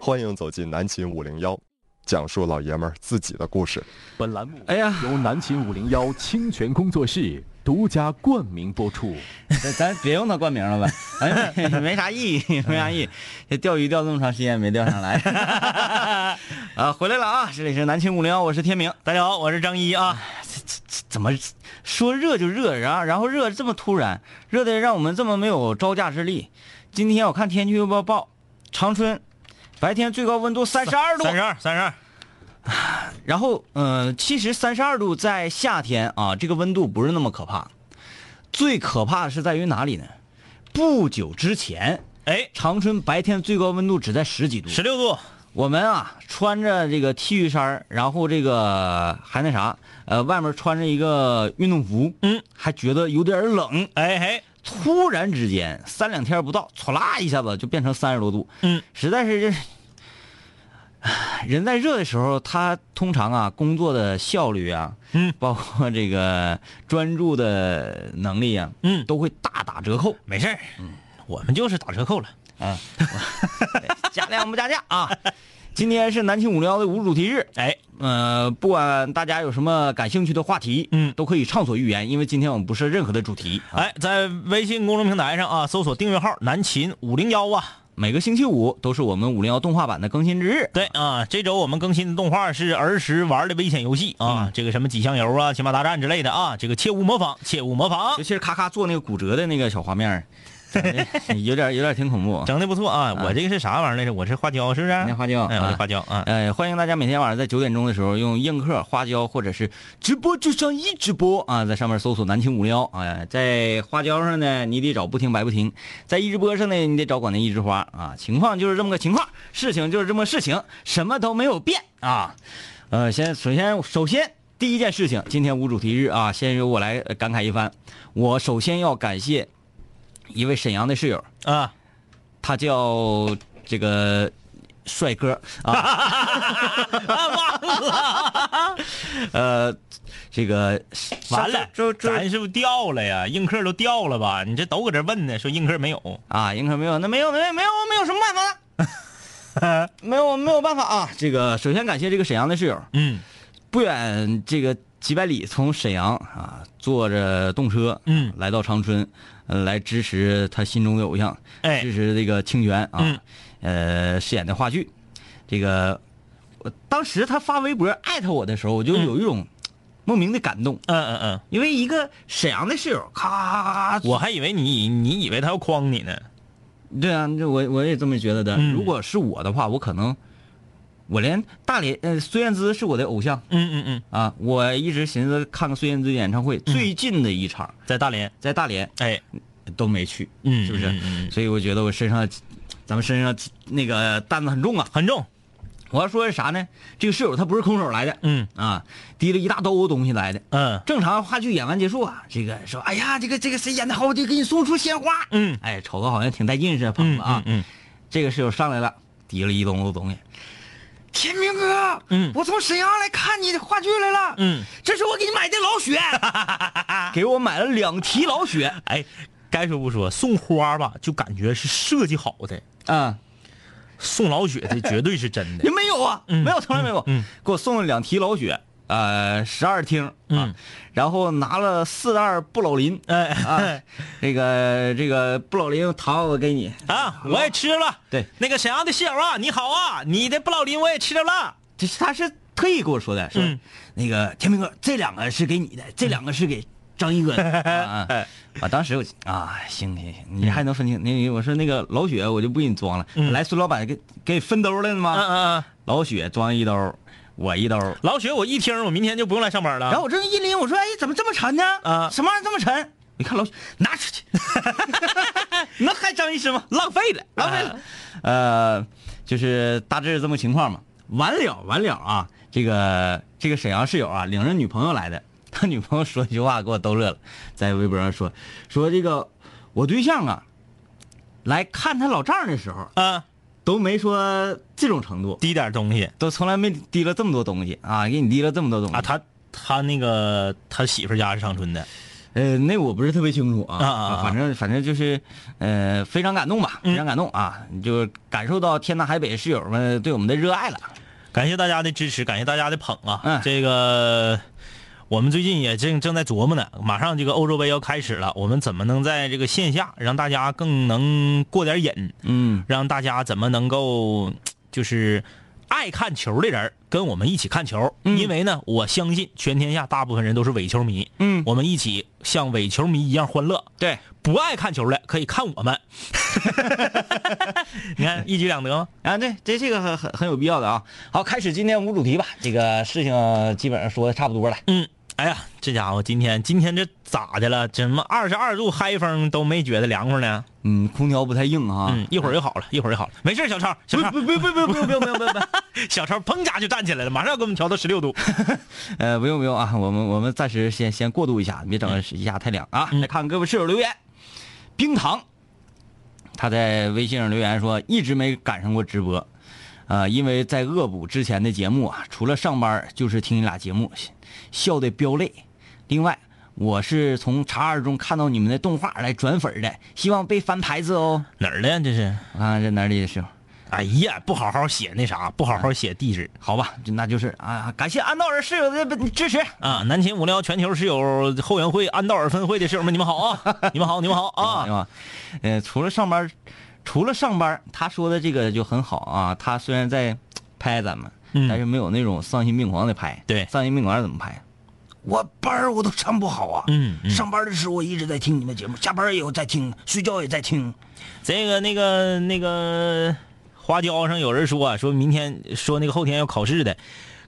欢迎走进南秦五零幺，讲述老爷们儿自己的故事。本栏目哎呀由南秦五零幺清泉工作室独家冠名播出。咱咱别用它冠名 了吧，哎，没啥意义，没啥意义。这钓鱼钓这么长时间没钓上来， 啊，回来了啊！这里是南青五零幺，我是天明。大家好，我是张一啊。哎这这这怎么说热就热，然后然后热这么突然，热的让我们这么没有招架之力。今天我看天气预报报，长春白天最高温度三十二度，三十二，三十二，然后，嗯、其实三十二度在夏天啊，这个温度不是那么可怕，最可怕的是在于哪里呢？不久之前，哎，长春白天最高温度只在十几度，十六度，我们啊穿着这个 T 恤衫儿，然后这个还那啥，呃，外面穿着一个运动服，嗯，还觉得有点冷。哎嘿，突然之间，三两天不到，唰啦一下子就变成三十多度，嗯，实在是这。唉人在热的时候，他通常啊工作的效率啊，嗯，包括这个专注的能力啊，嗯都会大打折扣。 没事儿，嗯我们就是打折扣了。加量不加价啊！今天是南青五零幺的无主题日，哎，呃，不管大家有什么感兴趣的话题，嗯都可以畅所欲言，因为今天我们不设任何的主题。啊哎，在微信公众平台上啊，搜索订阅号“南秦五零幺”啊。每个星期五都是我们五零幺动画版的更新之日。对啊，这周我们更新的动画是儿时玩的危险游戏啊，这个什么几箱油啊、骑马大战之类的啊，这个切勿模仿，切勿模仿尤，其是咔咔做那个骨折的那个小画面儿， 有点有点挺恐怖。整的不错啊。我这个是啥玩意儿来着？我是花椒是不是？那花椒哎，我啊是花椒啊。呃，欢迎大家每天晚上在九点钟的时候用映客、花椒或者是直播就上一直播啊，在上面搜索“南青五零幺”啊，在花椒上呢，你得找不听白不听；在一直播上呢，你得找广电一枝花啊。情况就是这么个情况，事情就是这么事情，什么都没有变啊。呃，先首先首先第一件事情，今天无主题日啊，先由我来呃感慨一番。我首先要感谢一位沈阳的室友，啊，他叫这个帅哥啊，呃，这个完了，周周咱是不是掉了呀？映客都掉了吧？你这都搁这问呢，说映客没有。啊，映客没有，那没有没有没有没有什么办法了。没有没有办法啊！这个首先感谢这个沈阳的室友，嗯不远这个几百里从沈阳啊，坐着动车嗯，来到长春，呃，来支持他心中的偶像，哎支持这个清源啊，嗯呃，饰演的话剧，这个，我当时他发微博艾特我的时候，我就有一种莫名的感动，嗯嗯嗯，因为一个沈阳的室友，咔咔咔咔咔，我还以为你你以为他要诓你呢。对啊，这我我也这么觉得的。嗯如果是我的话，我可能，我连大连呃孙燕姿是我的偶像嗯嗯嗯，啊，我一直寻思看看孙燕姿演唱会，最近的一场在大连，在大连哎，都没去，嗯是不是？嗯嗯嗯所以我觉得我身上，咱们身上那个担子很重啊。很重。我要说是啥呢？这个室友他不是空手来的，嗯啊，提了一大兜子东西来的。嗯正常话剧演完结束啊，这个说，哎呀，这个这个谁演的好，我就给你送出鲜花。嗯哎，瞅着好像挺带劲似的，捧嗯着啊。嗯这个室友上来了，提了一兜子东西。天明哥，嗯我从沈阳来看你的话剧来了，嗯，这是我给你买的老 雪，给我买了两提老雪，哎，该说不说，送花吧，就感觉是设计好的；啊、送老雪的绝对是真 的也。没有啊，嗯没有，从来没有，给我送了两提老雪，呃，十二听啊，嗯然后拿了四袋布老林，哎啊，这个这个布老林糖我给你，啊，我也吃了。对，那个沈阳的室友啊，你好啊，你的布老林我也吃了。这是他是特意跟我说的，说、嗯那个天明哥，这两个是给你的，这两个是给张一 哥的。啊哎啊啊！当时我就啊，行行行，嗯你还能分清？那我说那个老雪，我就不给你装了。来，孙老板给给你分兜来了吗？嗯嗯嗯，老雪装一兜，我一兜。老雪，我一听，我明天就不用来上班了。然后我这一拎，我说哎，怎么这么沉呢？啊什么玩意儿这么沉？我一看老许拿出 去，能还张医师吗？浪费了， 浪费了。呃，就是大致这么情况嘛。完了，完了啊！这个这个沈阳室友啊，领着女朋友来的，他女朋友说一句话给我逗乐了，在微博上说说这个我对象啊，来看他老丈人的时候啊，都没说这种程度，滴点东西都从来没提了这么多东西啊，给你提了这么多东西啊，他他那个他媳妇儿家是长春的，呃，那我不是特别清楚啊，啊啊啊反正反正就是，呃，非常感动吧，非常感动啊，就感受到天南海北室友们对我们的热爱了。感谢大家的支持，感谢大家的捧啊！嗯这个我们最近也正正在琢磨呢，马上这个欧洲杯要开始了，我们怎么能在这个线下让大家更能过点瘾，嗯，让大家怎么能够就是爱看球的人儿跟我们一起看球？因为呢，我相信全天下大部分人都是伪球迷，嗯我们一起像伪球迷一样欢乐。对，不爱看球的可以看我们， 你看一举两得吗？啊，对，这这个很很很有必要的啊。好，开始今天无主题吧，这个事情基本上说的差不多了。嗯，哎呀，这家伙今天今天这咋的了？怎么二十二度嗨风都没觉得凉快呢？嗯，空调不太硬啊。嗯，一会儿就好了，一会儿就好了，没事儿，小超，小不超，不不不不不不用不用不用不用，小超砰家就站起来了，马上给我们调到十六度。呃，不用不用啊，我们我们暂时先先过渡一下，别整一下太凉啊。嗯来看各位室友留言，冰糖，他在微信上留言说一直没赶上过直播，呃，因为在恶补之前的节目啊，除了上班就是听你俩节目，笑得飙泪。另外，我是从查二中看到你们的动画来转粉的，希望被翻牌子哦。哪儿的呀？这是？我看看这哪里的室友。哎呀，不好好写那啥，不好好写地址好吧，就那就是啊，感谢安道尔室友的支持。啊！南秦五聊全球室友后援会安道尔分会的室友们，你们好啊！你们好，你们好啊，啊！吧？呃，除了上班，除了上班，他说的这个就很好啊。他虽然在拍咱们，嗯但是没有那种丧心病狂的拍。对丧心病狂怎么拍？我班儿我都上不好啊。嗯嗯上班的时候我一直在听你们节目，下班也有在听，睡觉也在听。这个那个那个花椒上有人说、啊、说明天说那个后天要考试的，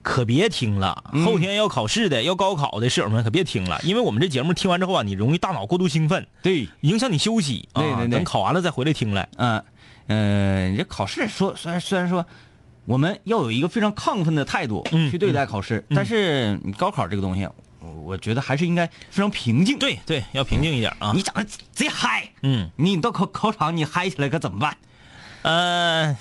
可别听了。嗯后天要考试的、要高考的室友们可别听了，因为我们这节目听完之后啊，你容易大脑过度兴奋，对，影响你休息啊。对对对等考完了再回来听来。嗯、呃，你这考试说虽然虽然说。我们要有一个非常亢奋的态度嗯去对待考试，但是你高考这个东西，我我觉得还是应该非常平静。对对，要平静一点啊。你长得贼贼嗨，嗯你到考考场你嗨起来可怎么办？呃。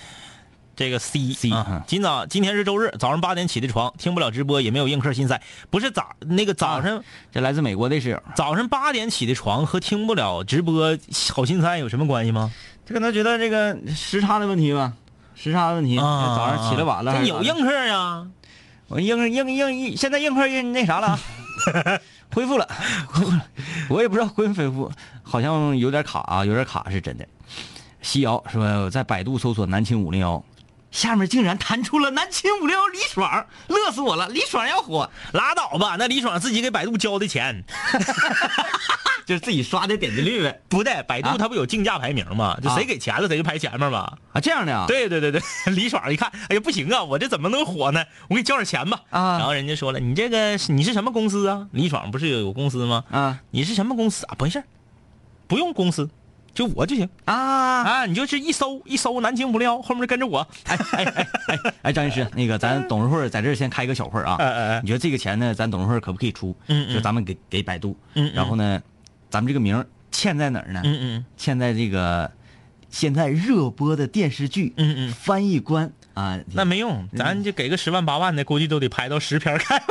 这个 C C，嗯啊，今早今天是周日，早上八点起的床，听不了直播，也没有映客新赛，不是早那个早上、这来自美国的室友，早上八点起的床和听不了直播好新赛有什么关系吗？他可能觉得这个时差的问题吧，时差的问题，啊，早上起来晚了，这还是有啊咋的映客呀，我硬硬硬现在硬核硬那啥了 啊，恢复了，恢复了，我也不知道恢复恢复，好像有点卡啊，有点卡是真的。西瑶说我在百度搜索南秦五零幺，下面竟然弹出了南秦五零幺李爽，乐死我了！李爽要火，拉倒吧，那李爽自己给百度交的钱，就是自己刷的点击率呗不对，百啊度它不有竞价排名吗？就啊谁给钱了谁就排前面嘛。啊，这样的啊，对对对对，李爽一看，哎呀不行啊，我这怎么能火呢？我给你交点钱吧。啊然后人家说了，你这个是你是什么公司啊？李爽不是有有公司吗？啊你是什么公司啊？没事儿，不用公司，就我就行啊。啊。你就是一搜一搜南京无聊，后面就跟着我。哎哎哎哎哎，张医师，那个咱董事会在这儿先开一个小会儿啊。哎哎哎你觉得这个钱呢，咱董事会可不可以出？嗯嗯就咱们给给百度，嗯嗯然后呢，咱们这个名儿欠在哪儿呢？嗯嗯欠在这个现在热播的电视剧，嗯嗯翻译官啊。那没用，咱就给个十万八万的，估计都得排到十篇儿看。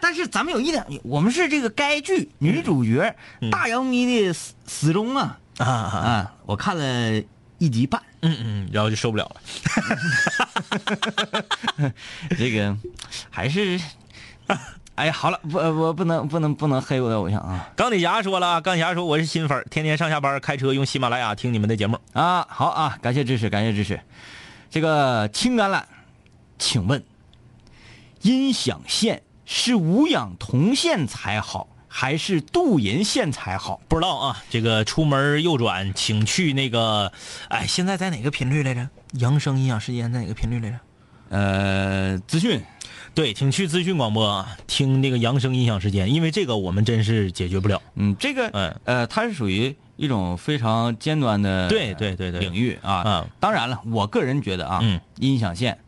但是咱们有一点，我们是这个该剧女主角、大洋迷的死死忠啊嗯啊啊啊！我看了一集半，嗯嗯，然后就受不了了。 这个还 是，哎呀，好了，不呃我不能不能不能黑我的偶像啊。钢铁侠说了啊，钢铁侠说我是新粉儿，天天上下班开车用喜马拉雅听你们的节目。啊，好啊，感谢支持，感谢支持。这个青橄榄，请问，音响线是无氧铜线才好，还是镀银线才好？不知道啊，这个出门右转，请去那个，哎，现在在哪个频率来着？扬声音响啊时间在哪个频率来着？呃，资讯对，请去资讯广播啊，听那个扬声音响时间，因为这个我们真是解决不了。嗯，这个，嗯呃，它是属于一种非常尖端的对对对对领域啊。嗯当然了，我个人觉得啊，嗯音响线，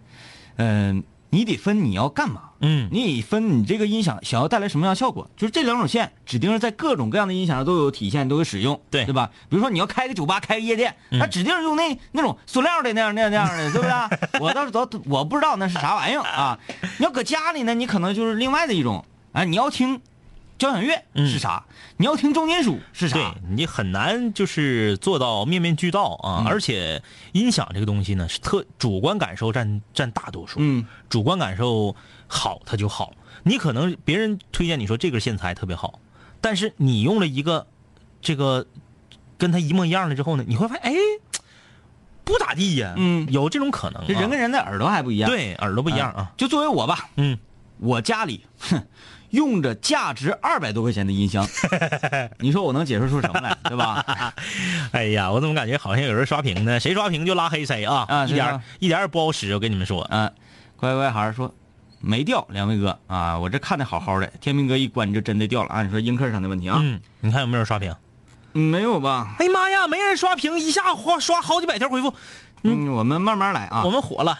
嗯、你得分你要干嘛。嗯你得分你这个音响想要带来什么样的效果，就是这两种线指定是在各种各样的音响上都有体现，都有使用，对嗯对吧？比如说你要开个酒吧，开个夜店，它指定是用那那种塑料的那样那样那 样的，对不对？我倒是都我不知啊道那是啥玩意儿啊。你要搁家里呢，你可能就是另外的一种，哎，你要听交响乐嗯是啥，你要听重金属是对啥，你很难就是做到面面俱到啊。嗯而且音响这个东西呢，是特主观感受占占大多数。嗯，主观感受好，它就好。你可能别人推荐你说这个线材特别好，但是你用了一个这个跟它一模一样的之后呢，你会发现哎，不咋地呀。嗯有这种可能、啊。这人跟人的耳朵还不一样。，对耳朵不一样啊。哎就作为我吧，嗯，我家里哼用着价值二百多块钱的音 箱，你说我能解释出什么来，对吧？ 啊哎呀，我怎么感觉好像有人刷屏呢？谁刷屏就拉黑谁啊！啊一是点吗儿一点儿也不好使，我跟你们说。嗯、乖乖孩儿说没掉，两位哥啊，我这看的好好的，天明哥一关就真的掉了啊！你说音课上的问题啊？嗯，你看有没有人刷屏？嗯没有吧？哎呀妈呀，没人刷屏，一下哗刷好几百条回复，嗯，我们慢慢来啊。我们火了。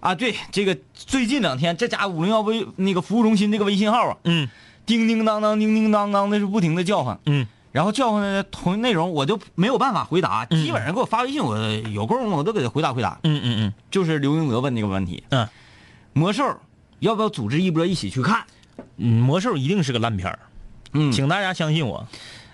啊，对，这个最近两天这家五零幺微那个服务中心这个微信号啊，嗯叮叮当当、叮叮当当的是不停的叫唤，嗯，然后叫唤的同内容我就没有办法回答，嗯基本上给我发微信，我有空我都给他回答回答。嗯嗯就是刘英德问那个问题，嗯魔兽要不要组织一波一起去看？嗯，魔兽一定是个烂片儿，嗯请大家相信我。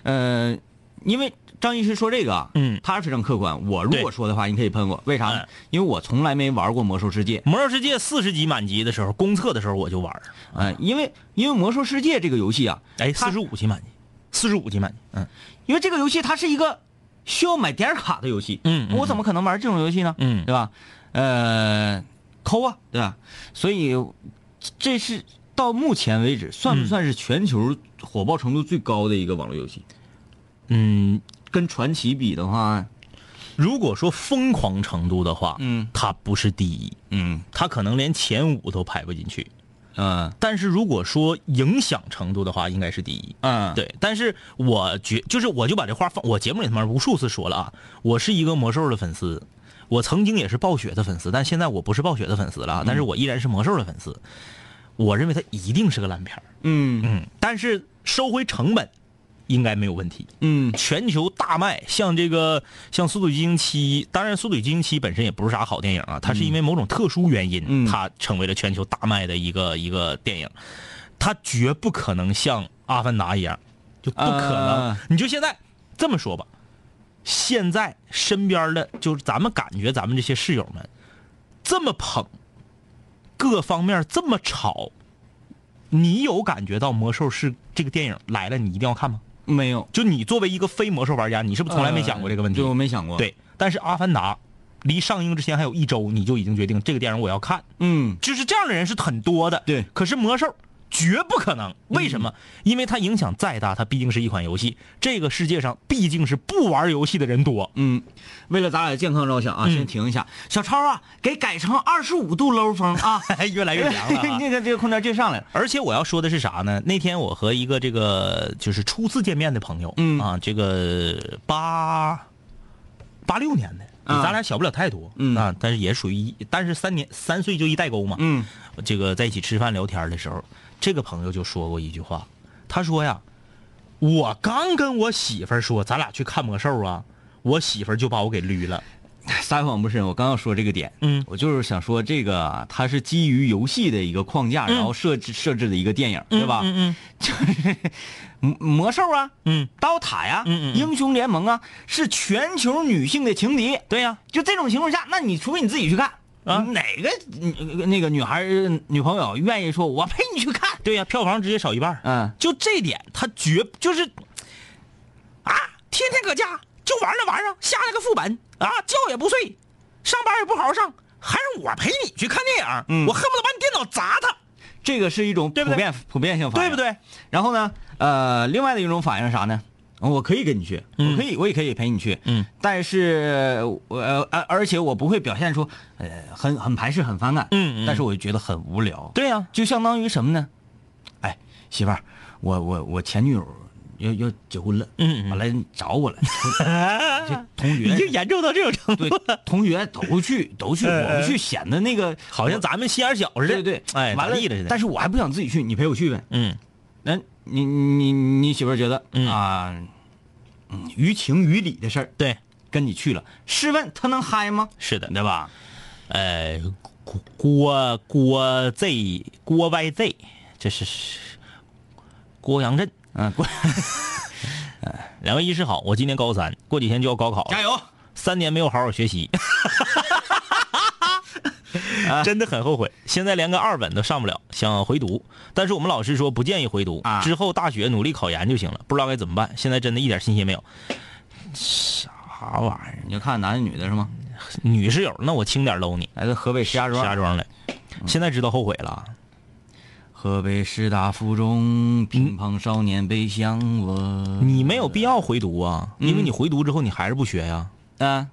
呃，因为张医师说这个啊，嗯他是非常客观，我如果对说的话，你可以喷我，为啥呢嗯？因为我从来没玩过魔兽世界，魔兽世界四十级满级的时候，公测的时候我就玩儿，嗯，因为因为魔兽世界这个游戏啊，哎，它四十五级满级，四十五级满级，嗯因为这个游戏它是一个需要买点卡的游戏，嗯嗯我怎么可能玩这种游戏呢？嗯对吧？呃，抠啊，对吧？所以这是到目前为止嗯算不算是全球火爆程度最高的一个网络游戏？嗯。跟传奇比的话，如果说疯狂程度的话，嗯它不是第一，嗯它可能连前五都排不进去。嗯但是如果说影响程度的话，应该是第一。嗯，对，但是我觉就是我就把这话放我节目里他妈无数次说了啊，我是一个魔兽的粉丝，我曾经也是暴雪的粉丝，但现在我不是暴雪的粉丝了啊，但是我依然是魔兽的粉丝。我认为它一定是个烂片儿，嗯嗯，但是收回成本应该没有问题。嗯全球大卖，像这个像《速度与激情七》，当然《速度与激情七》本身也不是啥好电影啊，它是因为某种特殊原因，嗯它成为了全球大卖的一个一个电影，它绝不可能像《阿凡达》一样，就不可能。啊你就现在这么说吧，现在身边的就是咱们感觉咱们这些室友们这么捧，各方面这么吵。你有感觉到《魔兽》是这个电影来了，你一定要看吗？没有，就你作为一个非魔兽玩家，你是不是从来没想过这个问题？呃对，我没想过。，对，但是《阿凡达》离上映之前还有一周，你就已经决定这个电影我要看，嗯就是这样的人是很多的。对可是魔兽绝不可能，为什么？因为它影响再大，它毕竟是一款游戏，这个世界上毕竟是不玩游戏的人多。 嗯，为了咱俩健康着想啊，嗯先停一下。小超啊，给改成二十五度搂风啊。越来越凉 了、啊。这个这个空调就上来了。而且我要说的是啥呢？那天我和一个这个就是初次见面的朋友，嗯啊，这个八八六年的，比啊咱俩小不了太多，嗯啊，但是也属于一，但是三年三岁就一代沟嘛，嗯这个在一起吃饭聊天的时候，这个朋友就说过一句话，他说呀，我刚跟我媳妇儿说咱俩去看魔兽啊，我媳妇儿就把我给捋了，撒谎不深，我刚要说这个点，嗯我就是想说这个啊，它是基于游戏的一个框架，然后设置设置的一个电影，对吧？嗯就是 魔魔兽啊，嗯，刀塔呀，嗯嗯嗯英雄联盟啊，是全球女性的情敌。对呀、就这种情况下，那你除非你自己去看啊哪个女那个女孩儿女朋友愿意说，我陪你去看？对呀、票房直接少一半儿，嗯就这点，他绝就是啊，天天搁家就玩那玩意儿，下了个副本啊，觉也不睡，上班也不好好上，还让我陪你去看电影，嗯我恨不得把你电脑砸他，这个是一种普对不对遍普遍性反对应，不？对？然后呢，呃，另外的一种反应是啥呢？我可以跟你去，嗯我可以，我也可以陪你去，嗯，但是我呃，而而且我不会表现出呃很很排斥、很反感，嗯嗯但是我就觉得很无聊，对呀、就相当于什么呢？哎，媳妇儿，我我我前女友要要结婚了，嗯嗯完了找 我了，这同已经学严重到这种程度，对同学都去都 去，我不去显得那个呃好像咱们心眼小似的，对对，哎，完了咋地了似的，但是我还不想自己去，你陪我去呗，嗯那你你你媳妇儿觉得嗯啊、嗯于情于理的事儿对，跟你去了，试问她能嗨吗？是的，对吧？呃，郭郭郭 Z 郭 YZ，这是郭阳振嗯，过两位一师好，我今年高三，过几天就要高考了，加油！三年没有好好 学习，真的很后悔。现在连个二本都上不了，想回读，但是我们老师说不建议回读，啊之后大学努力考研就行了。不知道该怎么办，现在真的一点信心没有。啥玩意儿？你就看男的女的是吗？女室友，那我轻点搂你。来自河北石家石庄，家庄的，现在知道后悔了。河北师大附中，乒乓少年背向我。你没有必要回读啊，因为嗯你回读之后你还是不学呀、啊，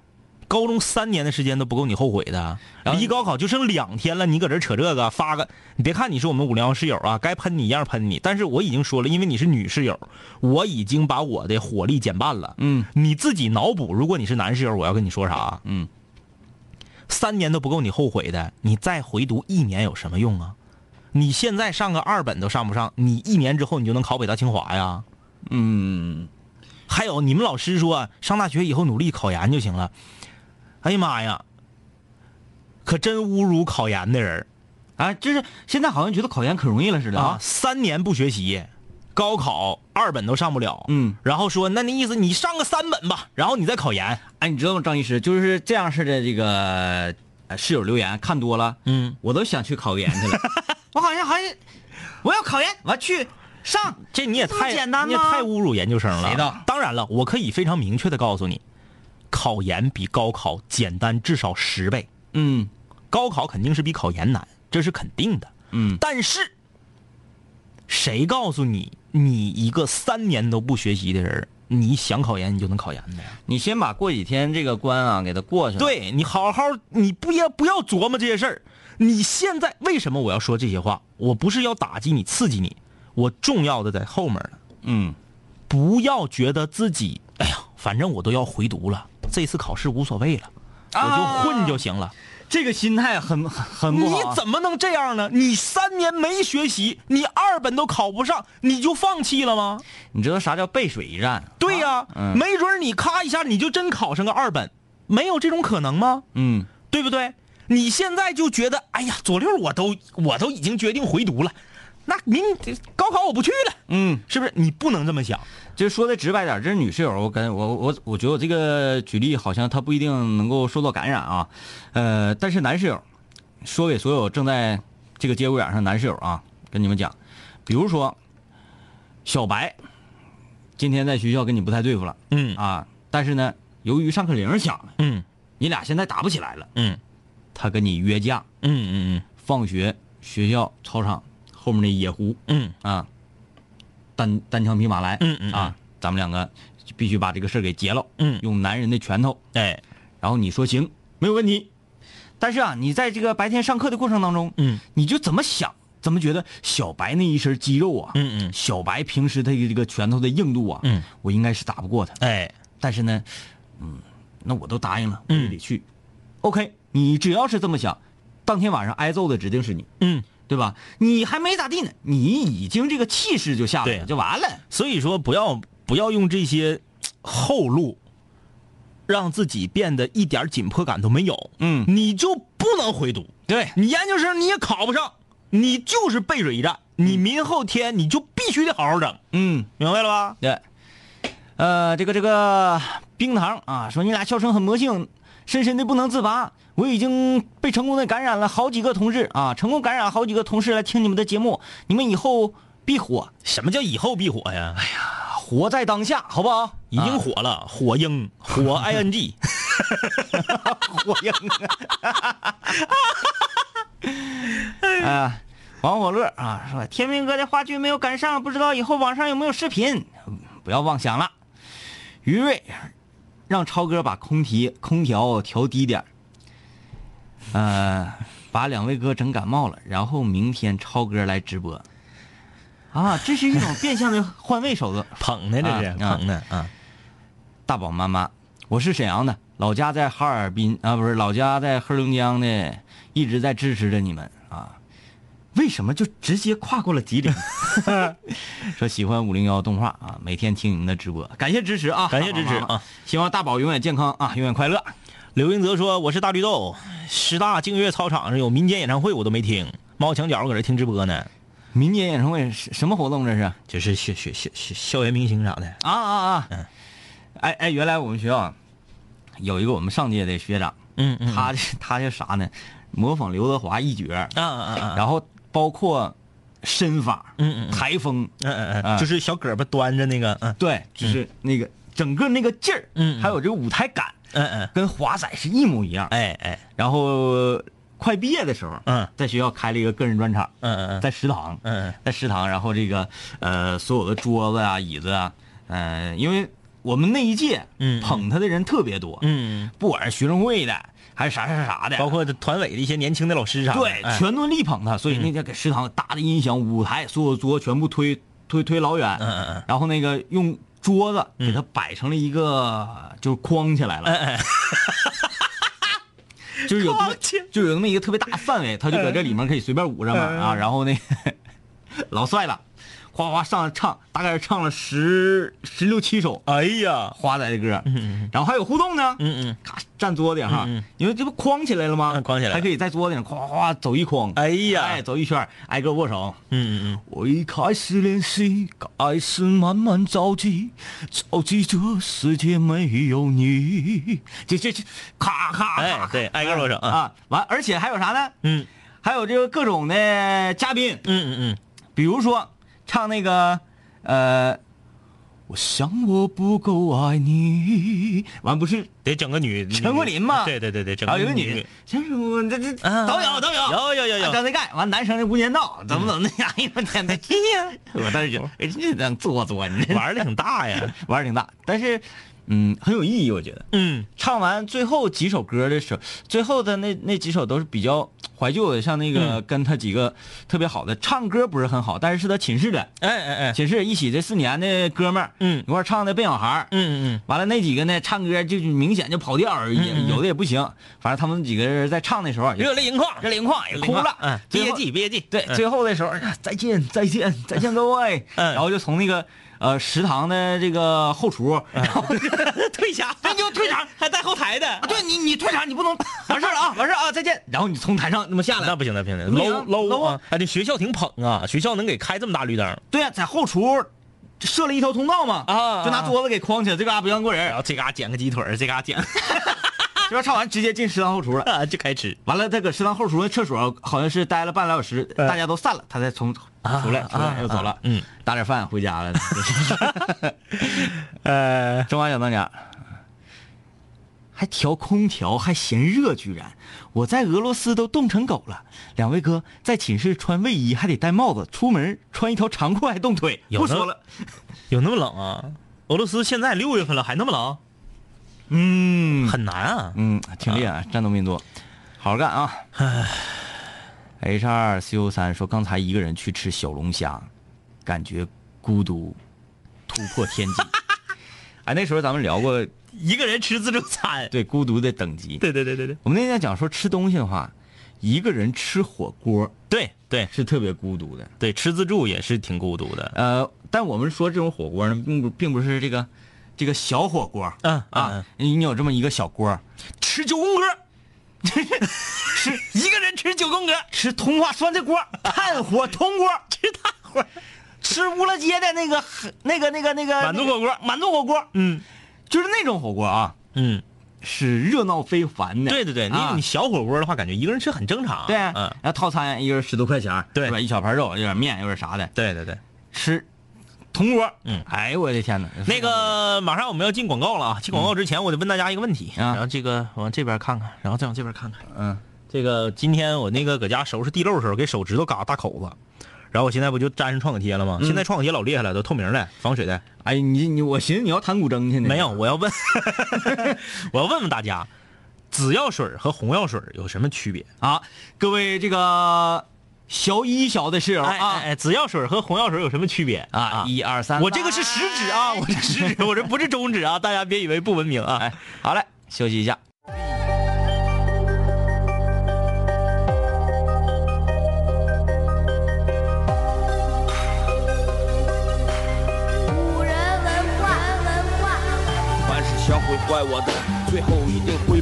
高中三年的时间都不够你后悔的，然后离高考就剩两天了，你搁这儿扯这个发个，你别看你是我们五零幺室友啊，该喷你一样喷你，但是我已经说了，因为你是女室友，我已经把我的火力减半了。嗯，你自己脑补，如果你是男室友，我要跟你说啥？嗯，三年都不够你后悔的，你再回读一年有什么用啊？你现在上个二本都上不上，你一年之后你就能考北大清华呀？嗯，还有你们老师说上大学以后努力考研就行了。哎呀妈呀，可真侮辱考研的人啊，就是现在好像觉得考研可容易了似儿的啊！。三年不学习，高考二本都上不了，嗯，然后说那那意思你上个三本吧，然后你再考研，哎，你知道吗，张医师，就是这样式的这个呃室友留言看多了，嗯，我都想去考研去了。 我好像好像我要考研，我要去上。这你也这么太简单吗你也太侮辱研究生了。谁的当然了，我可以非常明确的告诉你，考研比高考简单至少十倍，嗯高考肯定是比考研难，这是肯定的。嗯，但是，谁告诉你，你一个三年都不学习的人儿，你想考研你就能考研的呀？你先把过几天这个关啊给它过去。，对你好好，你不要不要琢磨这些事儿。你现在为什么我要说这些话？我不是要打击你、刺激你，我重要的在后面呢。嗯不要觉得自己，哎呀，反正我都要回读了，这次考试无所谓了，我啊就混就行了。这个心态很很很不好啊。你怎么能这样呢？你三年没学习，你二本都考不上，你就放弃了吗？你知道啥叫背水一战？对呀、嗯没准儿你咔一下你就真考上个二本，没有这种可能吗？嗯，对不对？你现在就觉得，哎呀，左六我都我都已经决定回读了，那明高考我不去了，嗯，是不是？你不能这么想，就说的直白点儿，这是女室友，我跟我我我觉得我这个举例好像她不一定能够受到感染啊，呃，但是男室友，说给所有正在这个节骨眼上的男室友啊，跟你们讲，比如说小白，今天在学校跟你不太对付了嗯啊，但是呢，由于上课铃儿响了，嗯你俩现在打不起来了，嗯他跟你约架，嗯嗯放学学校操场后面那野湖嗯啊，单单枪匹马来，嗯嗯啊，咱们两个必须把这个事儿给结了，嗯用男人的拳头，嗯，哎，然后你说行，没有问题，但是啊，你在这个白天上课的过程当中，嗯你就怎么想，怎么觉得小白那一身肌肉啊，嗯嗯小白平时他这个拳头的硬度啊，嗯，我应该是打不过他，哎，但是呢，嗯，那我都答应了，我嗯也得去、OK，你只要是这么想，当天晚上挨揍的指定是你，嗯。对吧？你还没咋地呢，你已经这个气势就下来对了，就完了。所以说，不要不要用这些后路，让自己变得一点紧迫感都没有。嗯你就不能回读，对你研究生你也考不上，你就是背水一战，你明后天你就必须得好好整，嗯，明白了吧？对。呃，这个这个冰糖啊，说你俩笑声很魔性，深深的不能自拔。我已经被成功的感染了好几个同事啊，成功感染好几个同事来听你们的节目，你们以后必火，什么叫以后必火呀？哎活在当下，好不好？啊已经火了，火鹰， 火 i n g，火影啊。啊，王火乐啊，说天明哥的话剧没有赶上，不知道以后网上有没有视频，嗯不要妄想了。于瑞，让超哥把空提空调调低点儿呃，把两位哥整感冒了，然后明天超哥来直播。啊，这是一种变相的换位手段。捧的这是、啊啊捧的啊，大宝妈妈，我是沈阳的，老家在哈尔滨啊，不是老家在黑龙江的，一直在支持着你们啊。为什么就直接跨过了吉林？ 说喜欢五零幺动画啊，每天听你们的直播，感谢支持啊，感谢支持大宝妈妈啊！希望大宝永远健康啊，永远快乐。刘英泽说：“我是大绿豆，师大净月操场上有民间演唱会，我都没听。猫墙角搁这听直播呢。民间演唱会是什么活动这是？啊就是校校校校校园明星啥的。啊啊！嗯哎哎，原来我们学校有一个我们上届的学长，嗯嗯他他叫啥呢？模仿刘德华一绝，啊啊啊啊！然后包括身法，嗯嗯嗯台风，嗯嗯啊嗯，就是小胳膊端着那个，嗯对，就是那个整个那个劲儿，嗯嗯还有这个舞台感，嗯嗯，跟华仔是一模一样。哎哎，然后快毕业的时候，嗯在学校开了一个个人专场，嗯嗯嗯在食堂，嗯嗯在食堂，然后这个呃所有的桌子啊、椅子啊，嗯、因为我们那一届，嗯嗯捧他的人特别多，，嗯，不管是学生会的还是啥啥啥的，包括团委的一些年轻的老师啥的，对，哎全都力捧他，所以那天给食堂搭的音响、舞台，所有桌全部推推推老远，嗯嗯嗯然后那个用桌子给他摆成了一个，就是框起嗯来了， 就是有这么框起嗯就有那么一个特别大的范围，他就搁这里面可以随便捂着嘛啊，然后那个老帅了，哗哗上来唱，大概唱了十十六七首哎呀，花仔的歌嗯，然后还有互动呢，嗯嗯，咔站桌子上哈嗯嗯，因为这不框起来了吗？嗯框起来了还可以在桌子上夸夸夸走一框，哎呀哎，走一圈儿，挨个握手。嗯嗯我一开始练习，开始慢慢着急，着急这世界没有你。这这这，咔咔咔，哎对挨个握手啊啊！完，而且还有啥呢？嗯还有这个各种的嘉宾，嗯嗯比如说唱那个呃，我想我不够爱你，完不是嗯，得整个女陈慧琳嘛对对对对，整然后个有个女，真是我这这啊都有都有有有有有啊张内盖，完男生的无间道怎么怎么的， 哎呦我天哪！我当时觉得哎这能做作，你这玩的挺大呀， 玩儿挺大，但是嗯很有意义，我觉得。嗯唱完最后几首歌的时候，最后的那那几首都是比较怀旧的，像那个跟他几个特别好的，唱歌不是很好，但是是他寝室的，哎哎 哎，寝室一起这四年的哥们儿，嗯一块儿唱的《笨小孩》，嗯嗯嗯完了那几个呢，唱歌就是明显就跑调而已，有的也不行。反正他们几个人在唱的时候，嗯，热泪盈眶，嗯热泪盈眶，也哭了。嗯，最憋后气憋气，对，最后的时候，哎呀再见，再 见，再见各位。嗯然后就从那个呃食堂的这个后厨， 然后就退下，那就退场。还带后台的， 啊对你，你退场，你不能 嗯完事儿了啊，完事儿啊，再见。然后你从台上那么下那来，不行，那不行，不行 low low 啊啊！哎，这学校挺捧啊，学校能给开这么大绿灯，对呀，在后厨设了一条通道嘛，啊就拿桌子给框起来，这嘎不让过人然。后这嘎捡个鸡腿儿，这嘎捡，这边唱完直接进食堂后厨了。啊就开吃。完了，他搁食堂后厨那厕所好像是待了半来小时，大家都散了，他才从出来，出来又走了，呃啊嗯，打点饭回家了。 呃，中华小当家还调空调，还嫌热，居然！我在俄罗斯都冻成狗了。两位哥在寝室穿卫衣还得戴帽子，出门穿一条长裤还冻腿。有不那说了，有那么冷啊？俄罗斯现在六月份了，还那么冷，嗯很难啊。嗯，挺厉害，战斗民族，好好干啊！H 二 C U 三说，刚才一个人去吃小龙虾，感觉孤独突破天 际。哎，那时候咱们聊过一个人吃自助餐，对孤独的等级。对对对对对我们那天讲说吃东西的话，一个人吃火锅对对是特别孤独的。对，吃自助也是挺孤独的。呃，但我们说这种火锅呢，并不并不是这个这个小火锅，嗯啊，你你有这么一个小锅，吃九宫格， 吃一个人吃九宫格，吃通化酸菜锅、 炭火铜锅，吃炭火，吃乌拉街的那个那个那个那个嗯满族火锅那个满族火锅，嗯就是那种火锅啊，嗯，是热闹非凡的。对对对，你啊你小火锅的话，感觉一个人吃很正常。对啊，嗯，然后套餐一人十多块钱，对是吧？一小盘肉，有点面，有点啥的，对对对。吃铜锅，嗯哎呦我的天哪，那个马上我们要进广告了啊！进广告之前，我得问大家一个问题，嗯啊然后这个往这边看看，然后再往这边看看。嗯，这个今天我那个搁家收拾地漏的时候，给手指头嘎大口子，然后我现在不就粘上创可贴了吗？嗯现在创可贴老厉害了，都透明了，防水的。哎你你我寻思你要弹古筝去呢，没有，我 要问， 我要问问大家，紫药水和红药水有什么区别？啊，各位这个小一小的室友哎哎啊哎，紫药水和红药水有什么区别啊，一二三，我这个是食指啊，我这食指，我这不是中指啊，大家别以为不文明啊。好嘞，休息一下。古人文化，文化。凡是想毁坏我的，最后一定会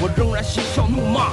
我仍然嬉笑怒骂，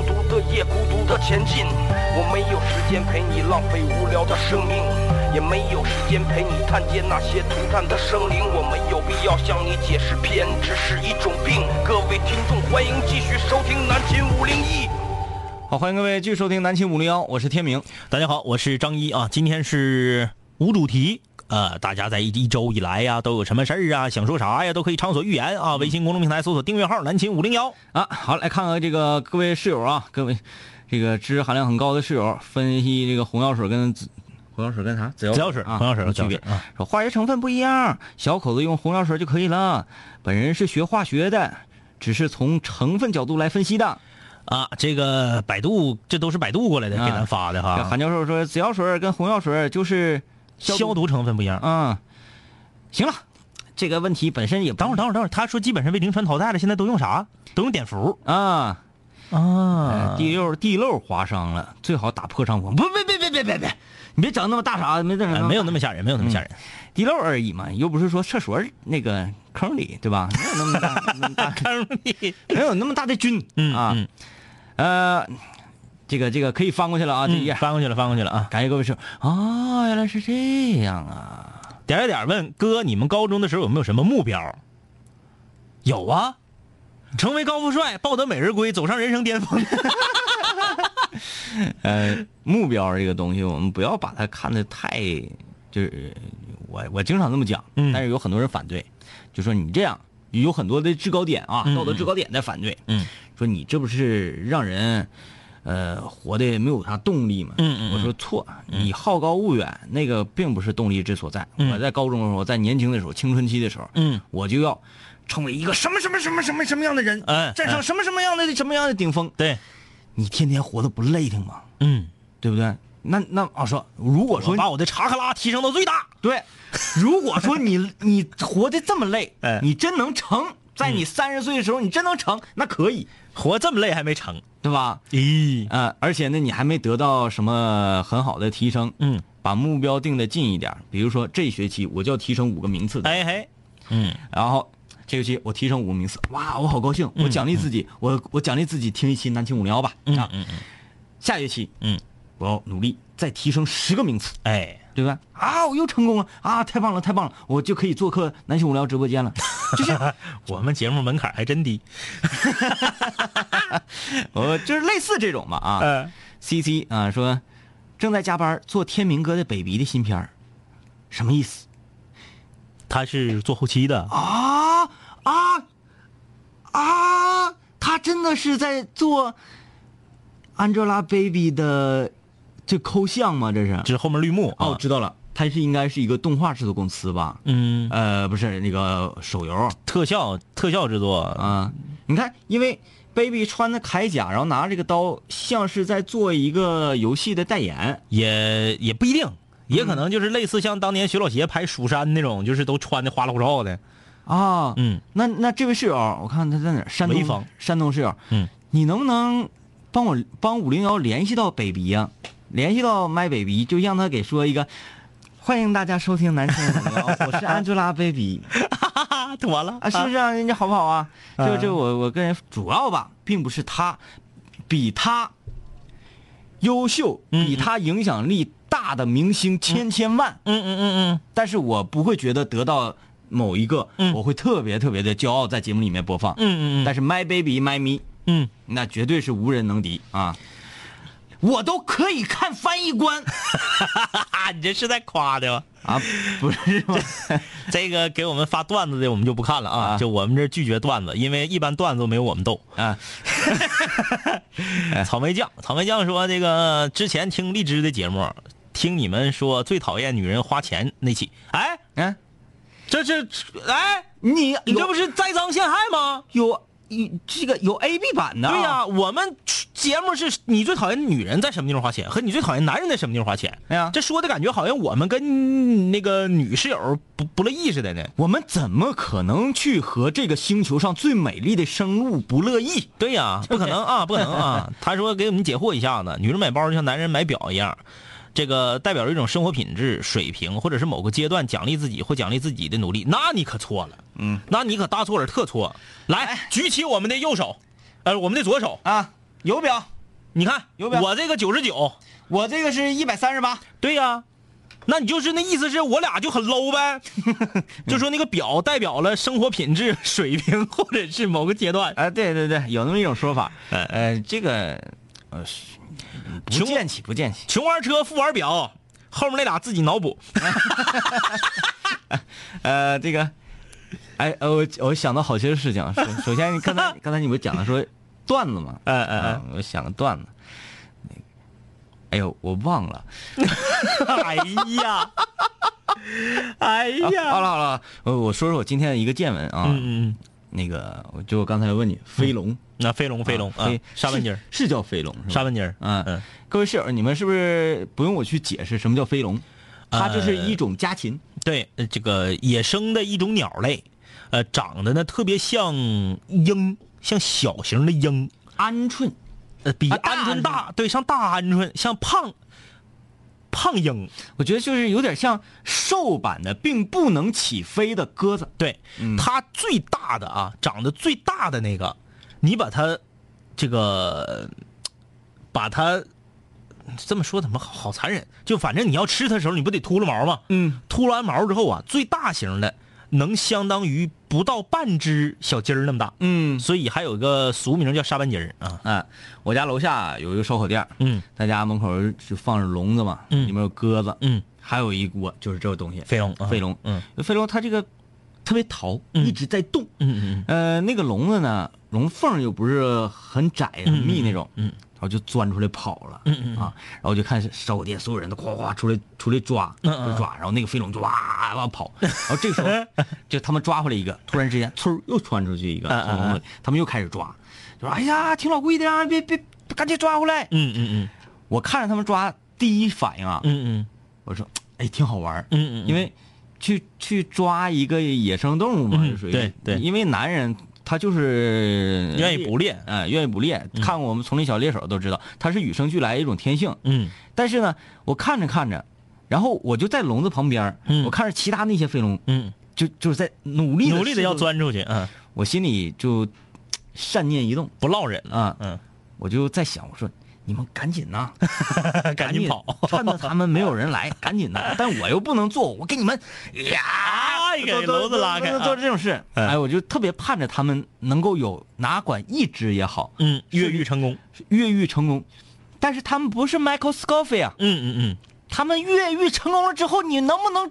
独的夜孤独的前进，我没有时间陪你浪费无聊的生命，也没有时间陪你探街那些涂炭的生灵，我没有必要向你解释偏执是一种病。各位听众，欢迎继续收听南秦五零一。好，欢迎各位继续收听南秦五零幺，我是天明。大家好，我是张一啊，今天是无主题。呃，大家在一一周以来呀、都有什么事儿啊，想说啥呀，都可以畅所欲言啊。微信公众平台搜索订阅号“南秦五零幺啊，好，来看看这个各位室友啊，各位这个知识含量很高的室友分析这个红药水跟紫红药水跟啥紫紫药水啊红药水有区别紫药水啊说化学成分不一样，小口子用红药水就可以了。本人是学化学的，只是从成分角度来分析的。”啊。这个百度，这都是百度过来的，啊给咱发的这哈。韩教授说，紫药水跟红药水就是消毒成分不一样。啊、行了，这个问题本身也不等会儿，等会儿，等会儿，他说基本上被零传淘汰了，现在都用啥？都用碘伏啊。啊哎地漏地漏划伤了，最好打破伤风。不，别别别别别别，你别整那么大啥，没整、哎没有那么吓人，没有那么吓人。地漏而已嘛，又不是说厕所那个坑里，对 吧？没有那么大，那么大 没有那么大的菌、嗯啊。嗯呃，这个这个可以翻过去了啊，这一页。嗯翻过去了，翻过去了啊！感谢各位收啊，原来是这样啊！点儿点儿问哥，你们高中的时候有没有什么目标？有啊，成为高富帅，抱得美人归，走上人生巅峰。呃，目标这个东西，我们不要把它看得太，就是我我经常这么讲，嗯但是有很多人反对，就说你这样有很多的制高点啊，嗯道德制高点在反对，嗯，说你这不是让人，呃，活的没有啥动力吗？嗯嗯嗯我说错，你好高骛远，那个并不是动力之所在。嗯我在高中的时候，在年轻的时候，青春期的时候，嗯，我就要成为一个什么什么什么什么什么样的人，哎站上哎什么什么样的什么样的顶峰。对，你天天活得不累挺吗？ 嗯，对不对？那那我说，如果说我把我的查克拉提升到最大。对，如果说 你你活得这么累，哎嗯你真能成，在你三十岁的时候，你真能成，那可以，活这么累还没成，对吧？咦，呃，而且呢，你还没得到什么很好的提升，嗯，把目标定得近一点儿，比如说这学期我就要提升五个名次，哎嘿，嗯，然后这学期我提升五个名次，哇，我好高嗯兴，我奖励自己，我我奖励自己听一期南青五零幺吧，啊，下学期，嗯，我要努力再提升十个名次，哎，对吧？啊，我又成功了啊！太棒了，太棒了，我就可以做客南星无聊直播间了。 就是 我们节目门槛还真低。我就是类似这种吧啊。嗯 C C 啊说正在加班做天明哥的 baby 的新片儿，什么意思他是做后期的，啊啊啊！他真的是在做 Angelababy 的这抠像吗？这是这？是后面绿幕哦，啊我。知道了，他是应该是一个动画制作公司吧？嗯，呃，不是那个手游。特效特效制作啊，啊，你看，因为 baby 穿的铠甲，然后拿着这个刀，像是在做一个游戏的代言。也也不一定，也可能就是类似像当年徐老邪拍《蜀山》那种，就是都穿的花里胡哨的。啊，嗯，那那这位室友，我看他在哪儿？山潍东坊，山东室友，嗯，你能不能帮我帮五零幺联系到北鼻呀、联系到 my baby，就让他给说一个。欢迎大家收听《南青五零幺》，我是 Angelababy 啊， 嗯妥了啊，是不是啊？人家好不好啊？这这我我个人主要吧，并不是他比他优秀、比他影响力大的明星千千万，嗯嗯嗯但是我不会觉得得到某一个，我会特别特别的骄傲，在节目里面播放。嗯嗯嗯但是 My Baby My Me，嗯 那绝对是无人能敌啊！我都可以看翻译官，你这是在夸的吗？啊，不是 吗？这个给我们发段子的我们就不看了啊，啊就我们这拒绝段子，因为一般段子都没有我们逗。啊，哎草莓酱，草莓酱说这个之前听荔枝的节目，听你们说最讨厌女人花钱那期，哎，嗯，这是哎，你你这有不是栽赃陷害吗？有有这个有 A B 版的啊，对呀、我们节目是你最讨厌女人在什么地方花钱，和你最讨厌男人在什么地方花钱。哎呀这说的感觉好像我们跟那个女室友不不乐意似的呢。我们怎么可能去和这个星球上最美丽的生物不乐意？对呀、 不可能啊，不可能啊！他说给我们解惑一下子，女人买包就像男人买表一样，这个代表着一种生活品质、水平，或者是某个阶段奖励自己或奖励自己的努力。那你可错了，嗯，那你可大错了特错。来，哎举起我们的右手，呃，我们的左手，啊，有表，你看，有表我这个九十九，我这个是一百三十八，对呀、那你就是那意思是我俩就很 low 呗，就说那个表代表了生活品质、 水平或者是某个阶段。哎，对对对，有那么一种说法，哎呃，这个呃是不穷见起不见起，穷玩车，富玩表，后面那俩自己脑补。呃，这个，哎，呃我我想到好些事情，啊 首首先刚才刚才你不是讲的说段子嘛，嗯嗯啊，我想个段子，那个，哎呦，我忘了， 哎 呀，哎啊好了好了，我我说说我今天的一个见闻啊，嗯嗯，那个我就刚才问你飞龙。那飞龙飞龙啊飞，沙半截儿，是是叫飞龙是吧？沙半截儿，嗯嗯，各位室友，你们是不是不用我去解释什么叫飞龙？呃它就是一种家禽，对，呃这个野生的一种鸟类，呃，长得呢特别像鹰，像小型的鹰，鹌鹑。呃，比啊大鹌鹑鹌鹑大，对，像大鹌鹑，像胖胖鹰，我觉得就是有点像瘦版的，并不能起飞的鸽子。对，它最大的啊，长得最大的那个，你把它这个把它这么说怎么好好残忍？就反正你要吃它的时候，你不得秃噜毛吗？嗯，秃噜完毛之后啊，最大型的能相当于不到半只小鸡儿那么大。嗯所以还有一个俗名叫沙班鸡儿啊。啊，我家楼下有一个烧烤店，嗯，他家门口就放着笼子嘛，嗯里面有鸽子，嗯，还有一锅就是这个东西，飞龙啊飞龙，嗯，飞龙它这个特别淘，嗯一直在动，嗯嗯呃，那个笼子呢，笼缝又不是很窄很密那种，嗯嗯然后就钻出来跑了，嗯嗯嗯啊，然后就看烧烤店所有人都哗哗出来出来抓，嗯嗯出来抓，然后那个飞龙就哇哇跑，然后这个时候就他们抓回来一个，突然之间嗖又窜出去一个嗯嗯从笼子里，他们又开始抓，就说哎呀挺老贵的啊，别别赶紧抓回来，嗯嗯我看着他们抓，第一反应啊，嗯我说哎挺好玩儿，嗯嗯因为去去抓一个野生动物嘛，嗯就属于对对因为男人他就是愿意捕猎啊、愿意捕猎。看过我们《丛林小猎手》都知道，它是与生俱来一种天性。嗯但是呢，我看着看着，然后我就在笼子旁边儿，嗯我看着其他那些飞龙，嗯，就就是在努力努力的要钻，钻出去，嗯，我心里就嘖善念一动不落忍了，啊，嗯，我就在想，我说你们赶紧呐、赶紧跑， 趁着他们没有人来，赶紧的。但我又不能做，我给你们呀，哎给笼子拉开做做做这种事。嗯哎，我就特别盼着他们能够有哪管一只也好，嗯，越狱成功，越狱成功。但是他们不是 Michael Scofield，啊嗯嗯他们越狱成功了之后，你能不能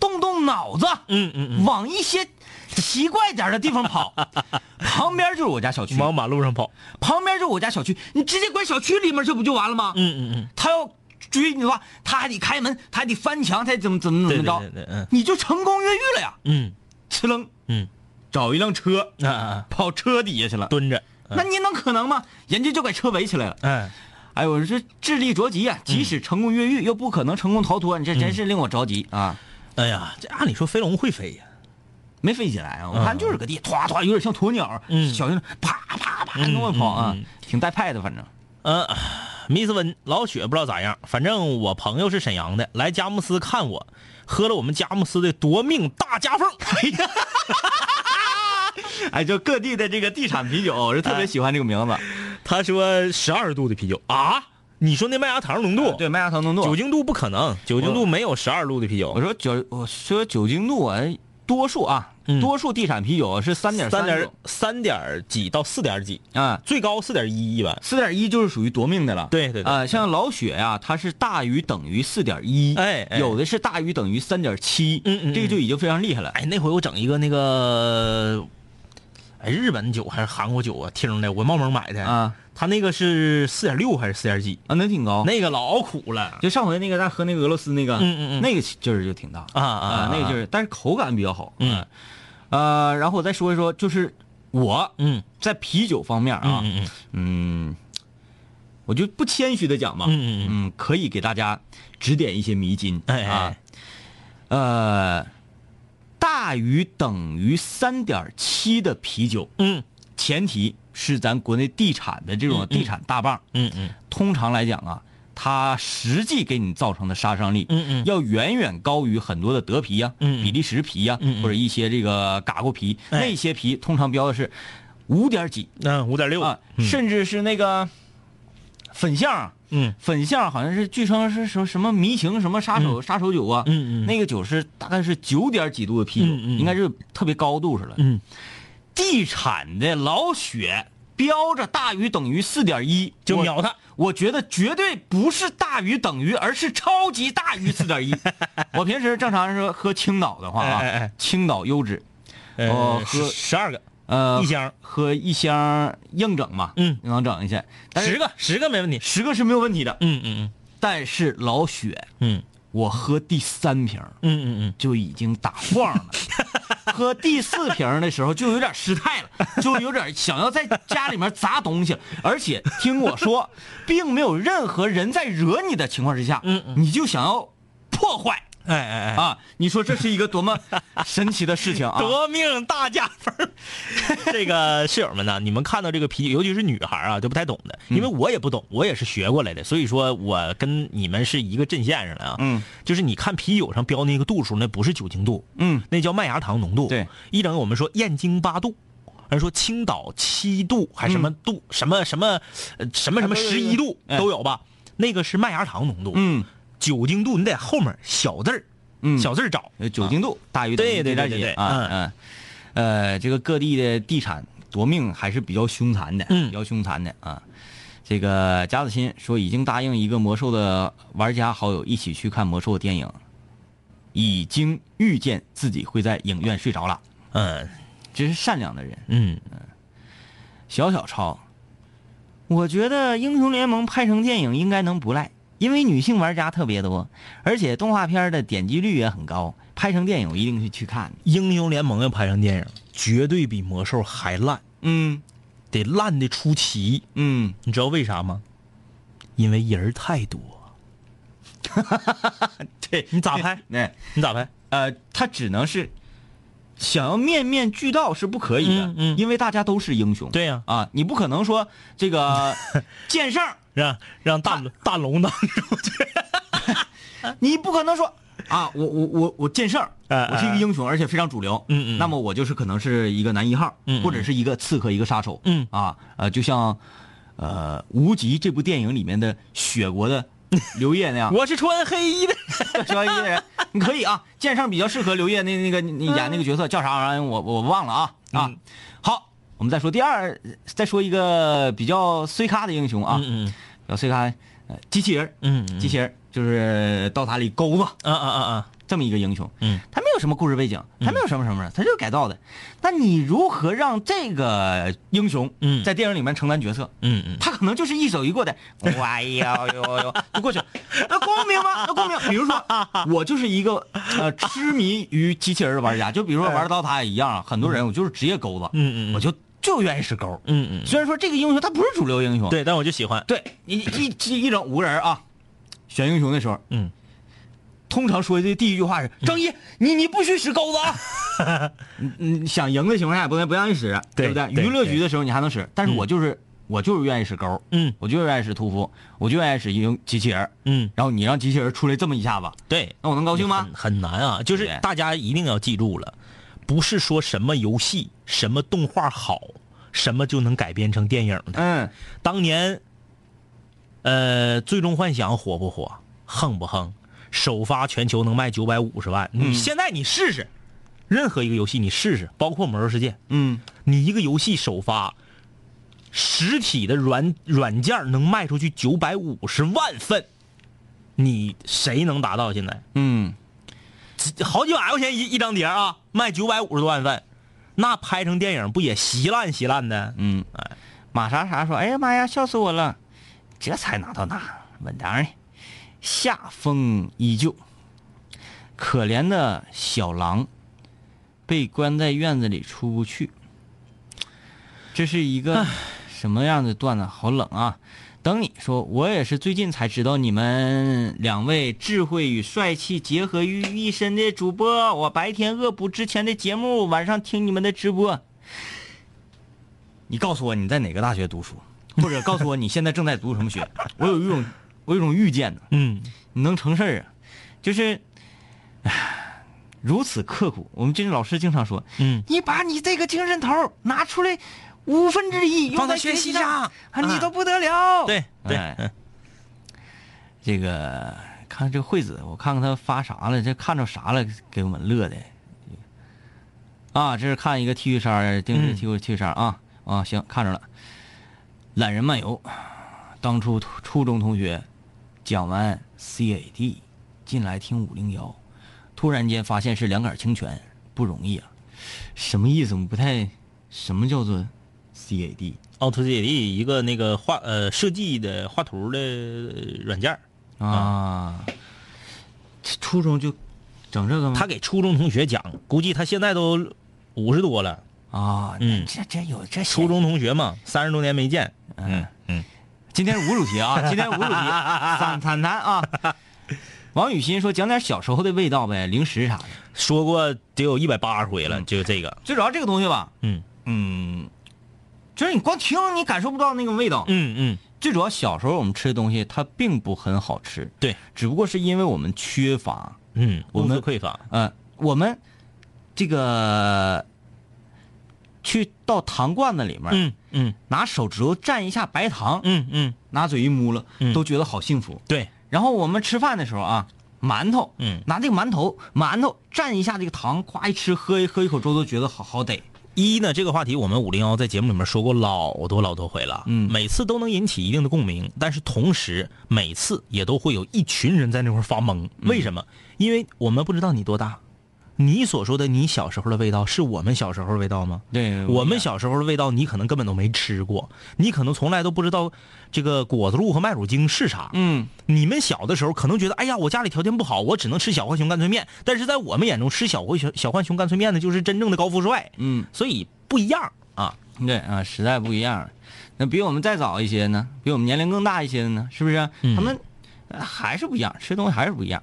动动脑子，嗯嗯嗯往一些奇怪点的地方跑？ 旁边就是我家小区嗯，，往马路上跑，旁边就是我家小区，你直接拐小区里面这不就完了吗？嗯嗯嗯，他要追你的话，他还得开门，他还得翻墙，他还怎么怎么怎对么对着，对对，嗯你就成功越狱了呀！嗯哧楞，嗯，找一辆车，啊啊，跑车底下去了。蹲着，嗯那你能可能吗？人家就给车围起来了。哎，哎呦，我这智力着急啊！即使成功越狱，又不可能成功逃脱，你这真是令我着急啊！哎呀，这按理说飞龙会飞呀，没飞起来啊，我看就是个地，唰唰，有点像鸵鸟，嗯小心啪啪啪那么跑啊嗯嗯嗯，挺带派的，反正。嗯，密斯温老雪不知道咋样，反正我朋友是沈阳的，来佳木斯看我，喝了我们佳木斯的夺命大夹缝，哎呀，哎，就各地的这个地产啤酒，我是特别喜欢这个名字。他说十二度的啤酒啊，你说那麦芽糖浓度，对，麦芽糖浓度，酒精度不可能，酒精度没有十二度的啤我酒，说酒，我说酒精度啊，多数啊，嗯多数地产啤酒是三点三点种三点几到四点几，啊，最高四点一一般。四点一就是属于夺命的了。对对对啊、像老雪呀、它是大于等于四点一，哎哎有的是大于等于三点七，嗯嗯这个就已经非常厉害了。哎，那回我整一个那个，哎，日本酒还是韩国酒啊？听的，我冒蒙买的啊。他那个是四点六还是四点几？啊，能挺高。那个老苦了。就上回那个咱喝那个俄罗斯那个，嗯嗯嗯那个劲儿就挺大啊啊啊啊，那个劲儿，但是口感比较好。嗯啊，呃，然后我再说一说，就是我嗯在啤酒方面啊，嗯嗯嗯，我就不谦虚的讲吧，嗯嗯嗯，可以给大家指点一些迷津，哎哎啊，呃，大于等于三点七的啤酒，嗯前提是咱国内地产的这种地产大棒，嗯嗯通常来讲啊，它实际给你造成的杀伤力，嗯嗯要远远高于很多的德啤呀、嗯嗯比利时啤呀、嗯嗯或者一些这个嘎咕啤，哎那些啤通常标的是五点几嗯，五点六啊，甚至是那个粉象啊，嗯粉象好像是据称是什么什么迷情什么杀手、杀手酒啊，嗯嗯那个酒是大概是九点几度的啤酒，嗯嗯应该是特别高度似的。嗯，地产的老雪标着大于等于四点一，就秒它我。我觉得绝对不是大于等于，而是超级大于四 点一。我平时正常说喝青岛的话啊，哎哎哎青岛优质，我呃，哦喝十二个，呃一箱喝一箱硬整嘛，嗯能整一下，但是十个十个没问题。十个是没有问题的。嗯嗯但是老雪，嗯我喝第三瓶儿嗯嗯嗯就已经打晃 了，喝第四瓶儿的时候就有点失态了，就有点想要在家里面砸东西了。而且听我说，并没有任何人在惹你的情况之下，嗯嗯你就想要破坏嗯，哎哎哎。啊！你说这是一个多么神奇的事情 啊！得命大加分儿。 这个室友们呢，你们看到这个啤酒，尤其是女孩啊，就不太懂的，嗯因为我也不懂，我也是学过来的，所以说我跟你们是一个阵线上的啊。嗯，就是你看啤酒上标那个度数，那不是酒精度，嗯，那叫麦芽糖浓度。对，一整我们说燕京八度。还说青岛七度，还什么嗯度，什么什么，呃什么什啊么对十对对一度哎都有吧？那个是麦芽糖浓度，嗯，酒精度你得后面小字儿，嗯小字儿找呃酒精度大于等于对对对0.7对对啊嗯嗯，呃，这个各地的地产夺命还是比较凶残的，嗯比较凶残的啊。这个贾子欣说已经答应一个魔兽的玩家好友一起去看魔兽电影，已经预见自己会在影院睡着了，嗯这是善良的人。嗯小小超，我觉得《英雄联盟》拍成电影应该能不赖，因为女性玩家特别多，而且动画片的点击率也很高，拍成电影我一定去去看。英雄联盟要拍成电影，绝对比魔兽还烂，嗯得烂的出奇。嗯，你知道为啥吗？因为人儿太多。对你咋 拍？那你咋拍？呃，他只能是想要面面俱到是不可以的，嗯嗯因为大家都是英雄。对呀啊，你不可能说这 个剑圣，让让大大龙当主角。你不可能说啊，我我我我剑圣，哎我是一个英雄，而且非常主流。嗯嗯那么我就是可能是一个男一号，嗯嗯或者是一个刺客，一个杀手。嗯啊，呃，就像呃《无极》这部电影里面的雪国的刘烨那样，我是穿黑衣的。 说一个人，你可以啊。剑圣比较适合刘烨那那个你演那个角色叫啥玩意儿？我我忘了啊啊嗯。好，我们再说第二，再说一个比较碎咖的英雄啊，嗯比较碎咖，呃，机器人儿，嗯嗯机器人儿就是刀塔里钩子啊啊啊啊！这么一个英雄，嗯，他没有什么故事背景，他没有什么什么，他就是改造的。那你如何让这个英雄嗯在电影里面承担角色？嗯嗯他可能就是一手一 过的，哎呀呦呦呦，就过去了，那公平 吗？那公平。比如说，我就是一个呃痴迷于机器人的玩家，就比如说玩刀塔也一样，很多人我就是职业钩子，嗯嗯嗯我就就愿意使钩。嗯嗯虽然说这个英雄他不是主流英雄，对，但我就喜欢。对，你一一一整五个人啊，选英雄的时候，嗯，通常说的第一句话是：“张一，你你不许使钩子啊！” 嗯嗯，想赢的情况下也不能不让你使，对不对？对娱乐局的时候你还能使，但是我就是我就是愿意使钩，嗯我就愿意使屠夫，我就愿意使英机器人儿，嗯，然后你让机器人儿出来这么一下子，对，那我能高兴吗很？很难啊，就是对大家一定要记住了，不是说什么游戏、什么动画好，什么就能改编成电影的。嗯，当年，呃，《最终幻想》火不火？横不横？首发全球能卖九百五十万，你现在你试试，任何一个游戏你试试，包括《魔兽世界》，嗯，你一个游戏首发，实体的软软件能卖出去九百五十万份，你谁能达到？现在嗯，好几百块钱一一张碟啊，卖九百五十多万份，那拍成电影不也稀烂稀烂的？嗯，马啥啥说，哎呀妈呀，笑死我了，这才拿到那稳当的，下风依旧。可怜的小狼被关在院子里出不去，这是一个什么样的段子？好冷啊！等你说，我也是最近才知道你们两位智慧与帅气结合于一身的主播。我白天恶补之前的节目，晚上听你们的直播。你告诉我你在哪个大学读书，或者告诉我你现在正在读什么学。我有一种，我有一种预见呢，嗯，你能成事儿啊？就是，唉，如此刻苦。我们这老师经常说，嗯，你把你这个精神头儿拿出来五分之一用在学习上，啊，你都不得了。对对，哎嗯这个看这惠子，我看看他发啥了，这看着啥了，给我们乐的。啊，这是看一个 T 恤衫儿，定制嗯 T 恤 T 恤衫儿啊啊，行，看着了。懒人漫游，当初初初中同学讲完 CAD，进来听五零幺，突然间发现是两杆清泉，不容易啊。什么意思？我不太，什么叫做 CAD 奥特姐弟一个那个画呃设计的画图的呃软件儿，啊？这初中就整这个吗？他给初中同学讲，估计他现在都五十多了，啊，嗯这这有这初显中同学嘛，三十多年没见，嗯嗯，今天是无主题 啊，今天是无主题，散谈谈啊。王雨欣说讲点小时候的味道呗，零食啥的。说过得有一百八十回了，就这个，最主要这个东西吧，嗯嗯，就是你光听你感受不到那个味道。嗯嗯，最主要小时候我们吃的东西它并不很好吃，对，只不过是因为我们缺乏，嗯，我们物资匮乏，呃，我们这个去到糖罐子里面，嗯嗯拿手指头蘸一下白糖，嗯嗯，拿嘴一摸了，嗯都觉得好幸福。对，然后我们吃饭的时候啊，馒头，嗯拿这个馒头，馒头蘸一下这个糖，夸一吃，喝一喝一口粥都觉得好好得。一呢，这个话题我们五零幺在节目里面说过老多老多回了，嗯每次都能引起一定的共鸣，但是同时每次也都会有一群人在那块儿发懵，为什么？因为我们不知道你多大，你所说的你小时候的味道是我们小时候的味道吗？对我们小时候的味道，你可能根本都没吃过，你可能从来都不知道这个果子露和麦乳精是啥。嗯，你们小的时候可能觉得，哎呀，我家里条件不好，我只能吃小浣熊干脆面。但是在我们眼中，吃小浣熊小浣熊干脆面呢，就是真正的高富帅。嗯，所以不一样啊。对啊，时代不一样。那比我们再早一些呢，比我们年龄更大一些的呢，是不是啊、嗯他们呃还是不一样，吃东西还是不一样。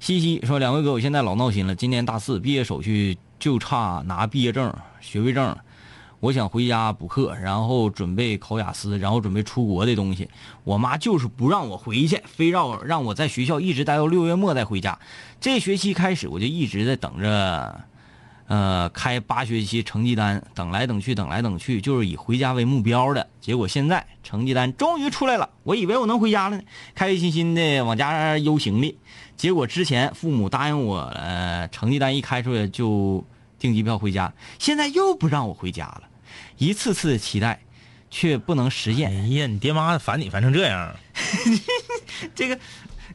西西说：“两位哥，我现在老闹心了，今年大四，毕业手续就差拿毕业证、学位证了。我想回家补课，然后准备考雅思，然后准备出国的东西。我妈就是不让我回去，非让让我在学校一直待到六月末再回家。这学期开始，我就一直在等着，呃，开八学期成绩单，等来等去，等来等去，就是以回家为目标的。结果现在成绩单终于出来了，我以为我能回家了呢，开开心心的往家呃邮行李。结果之前父母答应我了，呃成绩单一开出来就订机票回家，现在又不让我回家了。一次次的期待，却不能实哎现。呀，你爹妈烦你烦成这样，这个，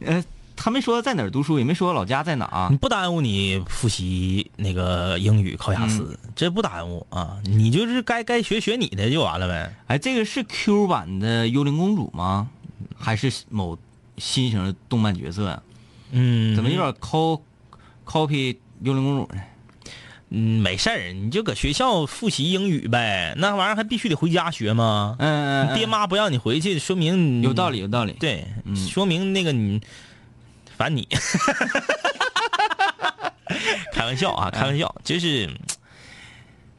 呃，他没说在哪儿读书，也没说老家在哪儿啊你。不耽误你复习那个英语考雅思，这不耽误啊。你就是该该学学你的就完了呗。哎，这个是 Q 版的幽灵公主吗？还是某新型的动漫角色呀？嗯，怎么有点 co copy 幽灵公主呢？嗯没事儿，你就搁学校复习英语呗，那玩意儿还必须得回家学吗？嗯、爹妈不让你回去，说明你有道理，。有道理。对，嗯说明那个你烦 你。开玩笑啊，开玩笑，就是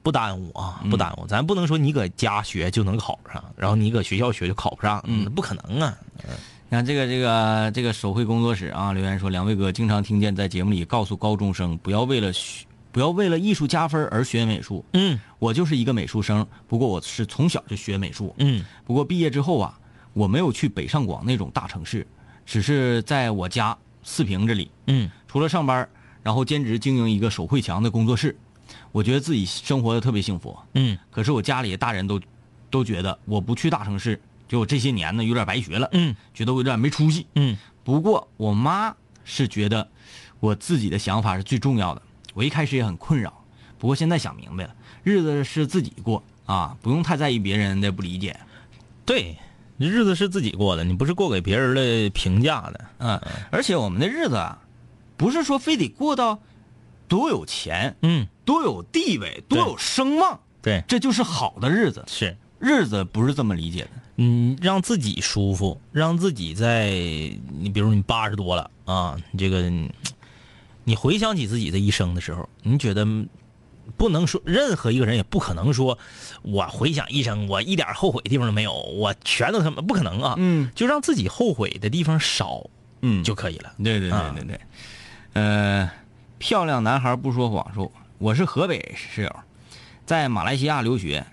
不耽误啊，不耽误。咱不能说你搁家学就能考上，然后你搁学校学就考不上，嗯，不可能啊。你看这个这个这个手绘工作室啊，留言说两位哥经常听见在节目里告诉高中生不要为了学不要为了艺术加分而学美术。嗯我就是一个美术生，不过我是从小就学美术。嗯不过毕业之后啊，我没有去北上广那种大城市，只是在我家四平这里，嗯除了上班，然后兼职经营一个手绘墙的工作室，我觉得自己生活的特别幸福。嗯可是我家里大人都都觉得我不去大城市，就我这些年呢有点白学了，嗯觉得我有点没出息。嗯不过我妈是觉得我自己的想法是最重要的。我一开始也很困扰，不过现在想明白了，日子是自己过啊，不用太在意别人的不理解。对，日子是自己过的，你不是过给别人的评价的。嗯，而且我们的日子啊，不是说非得过到多有钱、嗯，多有地位、多有声望，对，这就是好的日子。是，日子不是这么理解的。嗯，让自己舒服，让自己在你比如你八十多了啊，你这个你你回想起自己的一生的时候，你觉得不能说任何一个人也不可能说，我回想一生我一点后悔的地方都没有，我全都他妈不可能啊，嗯就让自己后悔的地方少嗯就可以了。对对对对对，嗯呃，漂亮男孩不说谎说，我是河北室友，在马来西亚留学，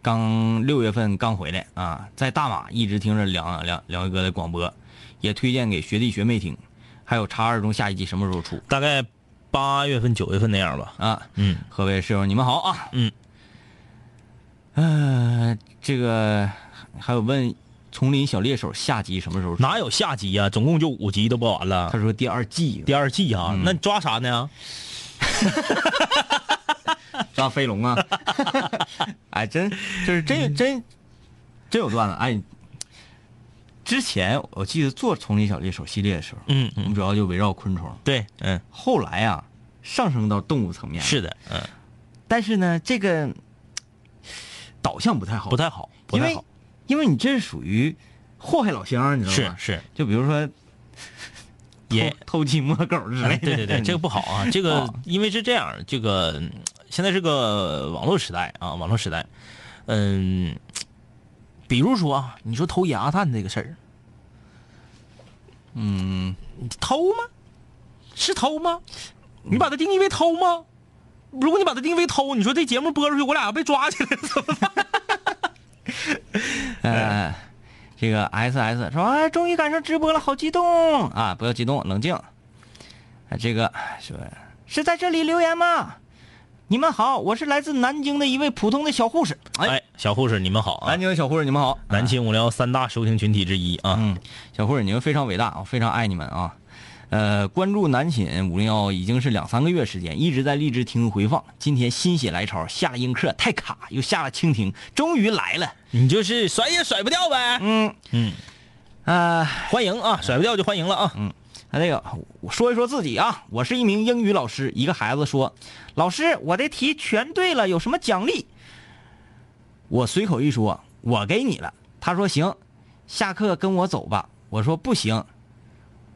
刚六月份刚回来啊，在大马一直听着两两两位哥的广播，也推荐给学弟学妹听，还有叉二中下一季什么时候出大概八月份、九月份那样吧。啊？嗯，河北室友你们好啊，嗯，呃，这个还有问《丛林小猎手》下集什么时候出？哪有下集呀、总共就五集都播完了他，说第二季第二季啊，那你抓啥呢？抓飞龙啊！ 哎，真就是真嗯真真有段子。哎，之前我记得做《丛林小猎手》系列的时候，嗯我嗯，们主要就围绕昆虫。对，嗯，后来啊，上升到动物层面，是，的，嗯，但是呢，这个导向不太好，不太好，不太因为好，因为你这是属于祸害老乡，你知道是吗？是，就比如说也偷偷鸡摸狗之类哎的，对对对，这个不好啊，这嗯个哦因为是这样，这个嗯现在是个网络时代啊，网络时代，嗯，比如说啊，你说偷鸭蛋这个事儿，嗯，偷吗？是偷吗？你把它定义为偷吗？如果你把它定义为偷，你说这节目播出去，我俩要被抓起来了怎么办？ 呃，这个 S S 说，哎，终于赶上直播了，好激动啊！不要激动，冷静。啊，这个说是在这里留言吗？你们好，我是来自南京的一位普通的小护士。哎，哎，小护士你们好啊南，京的小护士，你们好，南青无聊三大收听群体之一啊，嗯，小慧儿，你们非常伟大，我非常爱你们啊！呃，关注南寝五零幺已经是两三个月时间，一直在荔枝听回放。今天心血来潮，下了映客，太卡，又下了蜻蜓，终于来了。你就是甩也甩不掉呗，嗯嗯，啊、欢迎啊，甩不掉就欢迎了啊，啊，那个，我说一说自己啊，我是一名英语老师。一个孩子说：“老师，我的题全对了，有什么奖励？”我随口一说：“我给你了。”他说：“行，下课跟我走吧。”我说：“不行，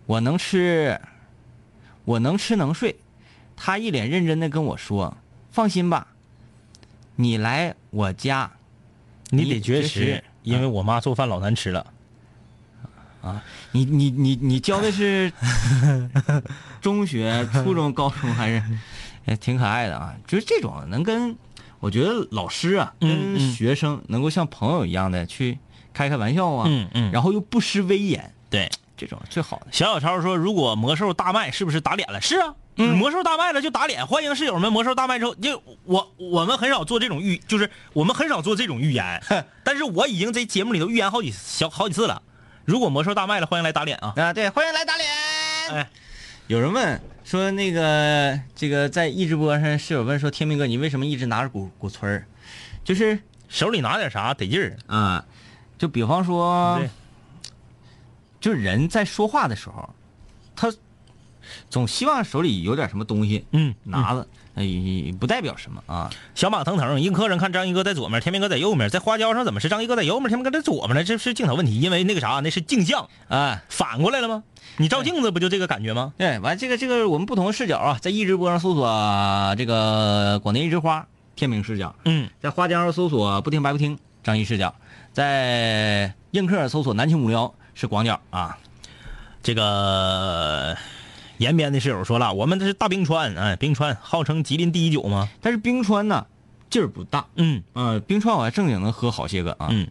我能吃，我能吃能睡。”他一脸认真的跟我说：“放心吧，你来我家你得绝绝食食，因为我妈做饭老难吃了。你你你你教的 是中学、初中、高中还是？ 哎，挺可爱的啊！就是这种能跟，我觉得老师啊，嗯跟嗯学生能够像朋友一样的去开开玩笑啊，嗯嗯然后又不失威严，对，这种是最好的。小小超说，如果魔兽大卖，是不是打脸了？是啊，魔兽大卖了就打脸。欢迎室友们，魔兽大卖之后，就我我们很少做这种预，就是我们很少做这种预言， 但是我已经在节目里头预言好几小好几次了。如果魔兽大卖了，欢迎来打脸啊！啊，对，欢迎来打脸。哎，有人问说那个这个在一直播上室友问说，天明哥你为什么一直拿着鼓鼓槌儿？就是手里拿点啥得劲儿。啊啊、就比方说，对，就是人在说话的时候，他总希望手里有点什么东西嗯，拿着，呃也不代表什么啊。小马腾腾，映客人看张一哥在左面，天明哥在右面，在花椒上怎么是张一哥在右面，天明哥在左面呢？这是镜头问题，因为那个啥，那是镜像，啊，反过来了吗？你照镜子不就这个感觉吗？对，完这个这个我们不同的视角啊，在一直播上搜索、这个广电一枝花天明视角，嗯，在花江上搜索不听白不听张一视角，在映客搜索南青五聊是广角啊。这个延边的室友说了，我们这是大冰川，哎，冰川号称吉林第一酒吗？但是冰川呢劲儿不大，嗯呃，冰川我还正经能喝好些个啊。嗯。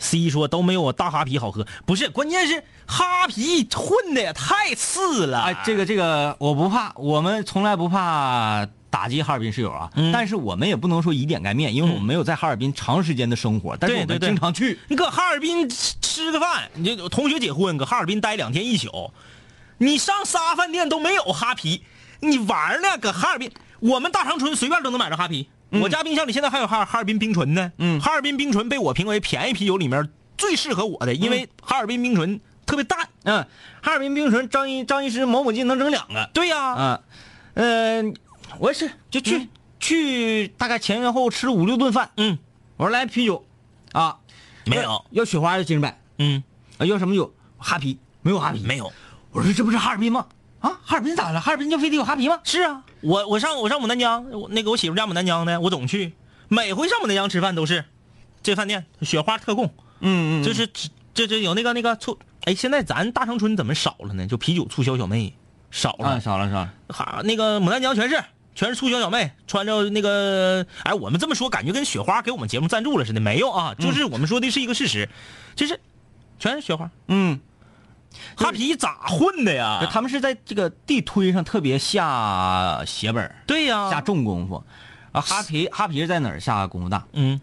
C 说都没有我大哈啤好喝，不是，关键是哈啤混的也太次了。哎，这个这个我不怕，我们从来不怕打击哈尔滨室友啊，嗯但是我们也不能说以点盖面，因为我们没有在哈尔滨长时间的生活，但是对我对们对经常去。你搁哈尔滨吃吃个饭，你就同学结婚，搁哈尔滨待两天一宿，你上啥饭店都没有哈啤，你玩儿呢？搁哈尔滨，我们大长春随便都能买着哈啤。我家冰箱里现在还有哈哈尔滨冰醇呢。嗯哈尔滨冰醇被我评为便宜啤酒里面最适合我的，因为哈尔滨冰醇特别淡。嗯，哈尔滨冰醇张医张医师某某进能整两个。对呀、啊，嗯、我也是就去、去大概前前后后吃了五六顿饭。嗯，我说来啤酒，啊，没要有，要雪花要金白，嗯，啊要什么酒？哈啤没有哈啤，没有。我说这不是哈尔滨吗？啊，哈尔滨咋了？哈尔滨就非得有哈啤吗？是啊，我我上我上牡丹江，我那个我媳妇家牡丹江呢，我总去，每回上牡丹江吃饭都是这饭店雪花特供。嗯就是只这这有那个那个促，哎，现在咱大长春怎么少了呢？就啤酒促销小妹少啊，了，少了少了。哈、那个牡丹江全是全是促销小妹，穿着那个，哎，我们这么说感觉跟雪花给我们节目赞助了似的，没有啊，就是我们说的是一个事实，就是全是雪花，嗯，哈啤咋混的呀？他们是在这个地推上特别下血本儿，对呀、下重功夫。啊，哈啤哈啤是在哪儿下功夫大？嗯，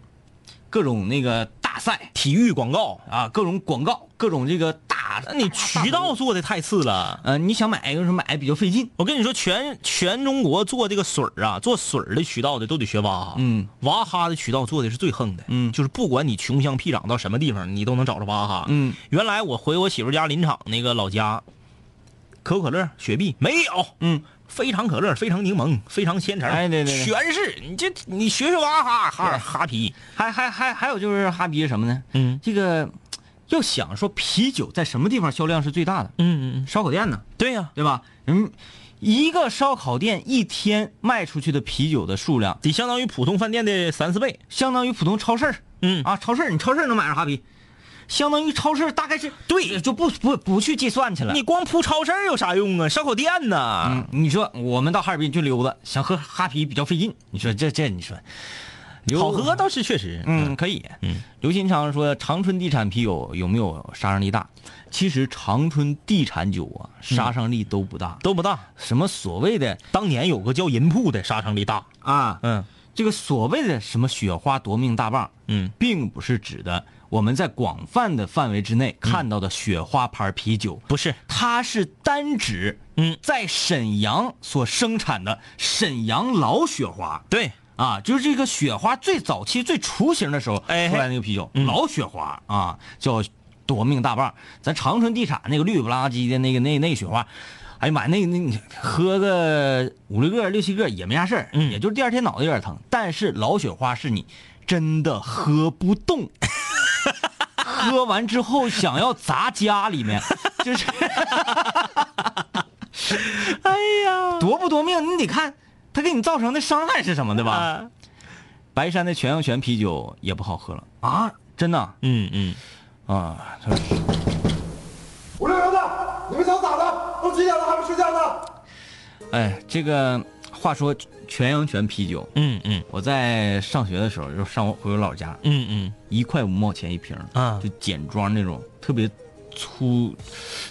各种那个大赛体育广告，啊，各种广告，各种这个大。那你渠道做的太次了。呃，你想买就是买比较费劲。我跟你说，全全中国做这个水儿啊，做水儿的渠道的都得学娃哈。嗯，娃哈的渠道做的是最横的。嗯就是不管你穷乡僻壤到什么地方，你都能找着娃哈。嗯，原来我回我媳妇家林场那个老家，可口可乐、雪碧没有。嗯，非常可乐、非常柠檬、非常鲜橙，哎对对对全是你这你学学娃哈哈哈啤。还还还还有就是哈啤是什么呢？嗯这个要想说啤酒在什么地方销量是最大的，嗯嗯，烧烤店呢，对呀、对吧？嗯，一个烧烤店一天卖出去的啤酒的数量，得相当于普通饭店的三四倍。相当于普通超市儿嗯啊，超市儿你超市儿能买着哈啤，相当于超市儿大概是对，就不不不去计算去了。嗯你光铺超市儿有啥用啊？烧烤店呐。嗯，你说我们到哈尔滨去溜达，想喝哈啤比较费劲，你说这这你说刘好喝倒是确实，嗯，可以。嗯，刘新昌说，长春地产啤酒有没有杀伤力大？其实长春地产酒啊，杀伤力都不大。都不大。什么所谓的当年有个叫银铺的，杀伤力大。啊，嗯这个所谓的什么雪花夺命大棒，嗯，并不是指的我们在广泛的范围之内看到的雪花牌啤酒，不是，它是单指嗯在沈阳所生产的沈阳老雪花。对，啊，就是这个雪花最早期最雏形的时候出哎嘿来那个啤酒，嗯老雪花啊，叫夺命大棒。咱长春地产那个绿不拉几的那个那那雪花，哎呀妈，呀，那那你喝个五六个六七个也没啥事儿，嗯也就是第二天脑袋有点疼。但是老雪花是你真的喝不动。 喝完之后想要砸家里面， 就是，哎呀，夺不夺命你得看他给你造成的伤害是什么，对吧？啊白山的全羊泉啤酒也不好喝了啊！真的嗯嗯，啊，五六零的，你们想咋的？都几点了还不睡觉呢？哎，这个话说全羊泉啤酒，嗯嗯我在上学的时候就上回我老家，嗯一块五毛钱一瓶儿啊就简装那种特别粗、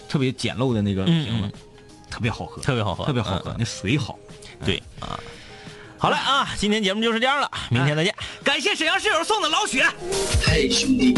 特别简陋的那个嗯瓶子，嗯特别好喝，特别好喝特别好喝嗯，嗯那水好。对啊。好了啊，今天节目就是这样了，明天再见。啊感谢沈阳室友送的老雪。嘿，兄弟，